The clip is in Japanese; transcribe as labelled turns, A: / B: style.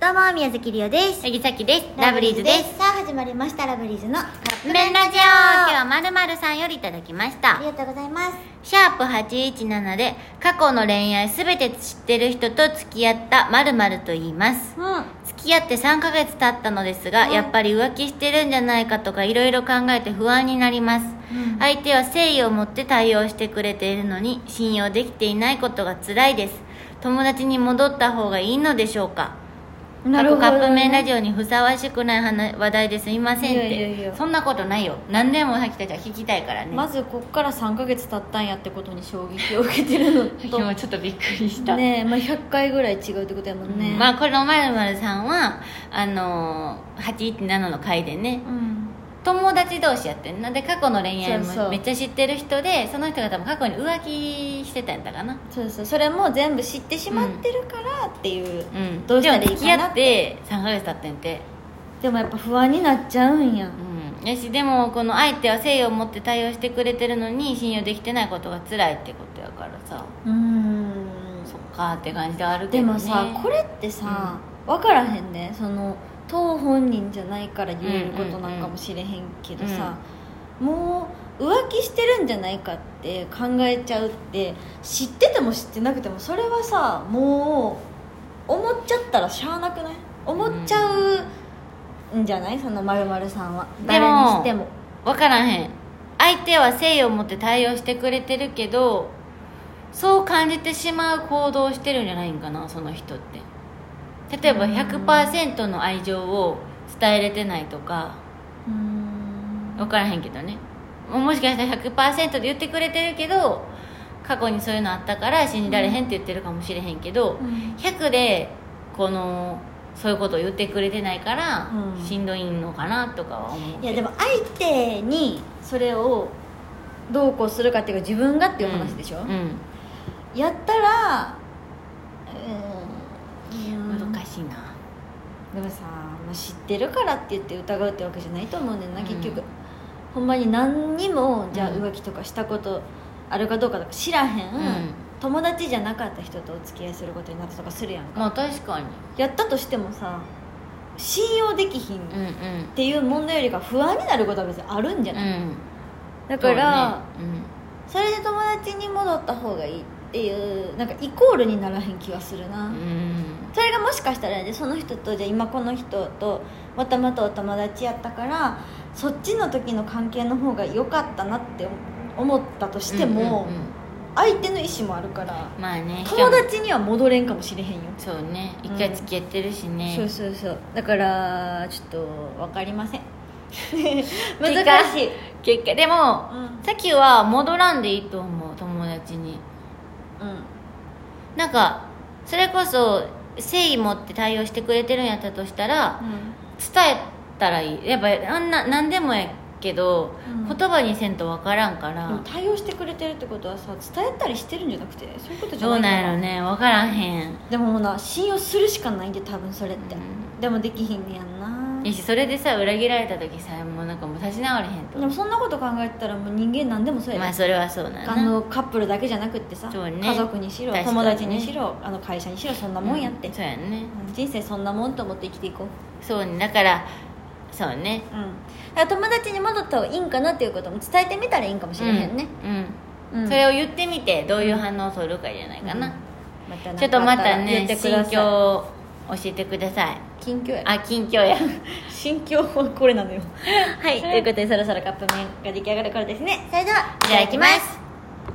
A: どうも宮崎りおです
B: 杉崎ですラブリーズです
A: さあ始まりましたラブリーズのカップ
B: 麺ラジオ今日はまるまるさんよりいただきまし
A: あ
B: た
A: りがとうございます
B: シャープ817で過去の恋愛すべて知ってる人と付き合ったまるまると言います
A: うん
B: 付き合って3ヶ月経ったのですが、
A: うん
B: やっぱり浮気してるんじゃないかとかいろいろ考えて不安になります、
A: うん
B: 相手は誠意を持って対応してくれているのに信用できていないことが辛いです友達に戻った方がいいのでしょうか過去カップ麺ラジオにふさわしくない話話題ですいませんって
C: いやいやいや
B: そんなことないよ何でもさきたちは聞きたいからね、
C: まずこっから3ヶ月経ったんやってことに衝撃を受けてるのと
B: 今ちょっとびっくりした、
C: ねえ、まあ、100回ぐらい違うってことやもんね、
B: まあこのまるまるさんはあのー、817の回でね
C: うん
B: 友達同士やってんなで過去の恋愛
C: そうそ
B: も
C: う
B: めっちゃ知ってる人でその人が多分過去に浮気してたんだかな
C: そうそうそれも全部知ってしまってるからっていう、
B: うん
C: どうしたらいいかな
B: でも付き合って3ヶ月経ってんて
C: でもやっぱ不安になっちゃうんや
B: うんやしでもこの相手は誠意を持って対応してくれてるのに信用できてないことが辛いってことやからさ
C: うん
B: そっかって感じではある
C: で
B: けど、ね、
C: もさ、これってさ、分からへんねその当本人じゃないから言えることなんかもしれへんけどさ、もう浮気してるんじゃないかって考えちゃうって知ってても知ってなくてもそれはさもう思っちゃったらしゃあなくない思っちゃうんじゃないそのまるさんは
B: でも
C: 誰にしても
B: 分からへん相手は誠意を持って対応してくれてるけどそう感じてしまう行動をしてるんじゃないんかなその人って例えば
C: うん
B: 100%の愛情を伝えれてないとか
C: うん
B: 分からへんけどねもしかしたら100%で言ってくれてるけど過去にそういうのあったから信じられへんって言ってるかもしれへんけど、100でこのそういうことを言ってくれてないから、
C: うん
B: しんどいのかなとかは思う
C: いやでも相手にそれをどうこうするかっていうか自分がっていう話でしょ、
B: うんうん
C: やったらうん
B: 難しいな
C: でもさ、まあ、知ってるからって言って疑うってわけじゃないと思うねんな、
B: うん
C: 結局ほんまに何にもじゃあ
B: うん
C: 浮気とかしたことあるかどうかとか知らへん、
B: うん
C: 友達じゃなかった人とお付き合いすることになったとかするやんか、
B: まあ確かに
C: やったとしてもさ信用できひんっ
B: うんうん
C: ていう問題よりか不安になることは別にあるんじゃ
B: う
C: ない、
B: ん
C: だから、
B: そうね
C: それで友達に戻った方がいいっていうなんかイコールにならへん気がするな、
B: うんうん
C: それがもしかしたらでその人とじゃあ今この人ともともとお友達やったからそっちの時の関係の方が良かったなって思ったとしても、
B: うんうん
C: 相手の意思もあるから
B: うんまあね
C: 友
B: しかも
C: 達には戻れんかもしれへんよ、
B: そうね
C: う
B: 一
C: ん
B: 回付き合ってるしね、
C: そうそうそうだからちょっと分かりません難
B: 結果
C: しい、
B: 結果でも、
C: うん
B: さっきは戻らんでいいと思う友達に
C: うん
B: なんかそれこそ誠意持って対応してくれてるんやったとしたら、伝えたらいいやっぱあんな何でもやけど、
C: うん
B: 言葉にせんと分からんから、
C: でも対応してくれてるってことはさ伝えたりしてるんじゃなくてそういうことじゃな
B: どう
C: いか
B: なんやろね分からへん
C: でももうな信用するしかないんで多分それって、
B: うん
C: でもできひんねやんない
B: やしそれでさ裏切られた時さもうなんかもう立ち直れへんと
C: でもそんなこと考えたらもう人間何でもそうやで
B: まあそれはそうなんやな
C: あのカップルだけじゃなくってさ、
B: そうね
C: 家族にしろ
B: 確かに
C: 友達にしろあの会社にしろそんなもんやって、
B: うそうやんね
C: うん人生そんなもんと思って生きていこう
B: そうねだからそうね
C: うんだから友達に戻った方がいいんかなっていうことも伝えてみたらいいんかもしれへんね、
B: うん、
C: うん
B: それを言ってみてどういう反応を取るかじゃないかな、
C: またなんか
B: ちょっとまた
C: あ
B: ね
C: ったら言ってく
B: 心
C: ださい
B: 境を教えてください
C: 近況や
B: あ近況や
C: 心境は これなのよはいということでそろそろカップ麺が出来上がる頃ですね
A: それではい
B: ただきます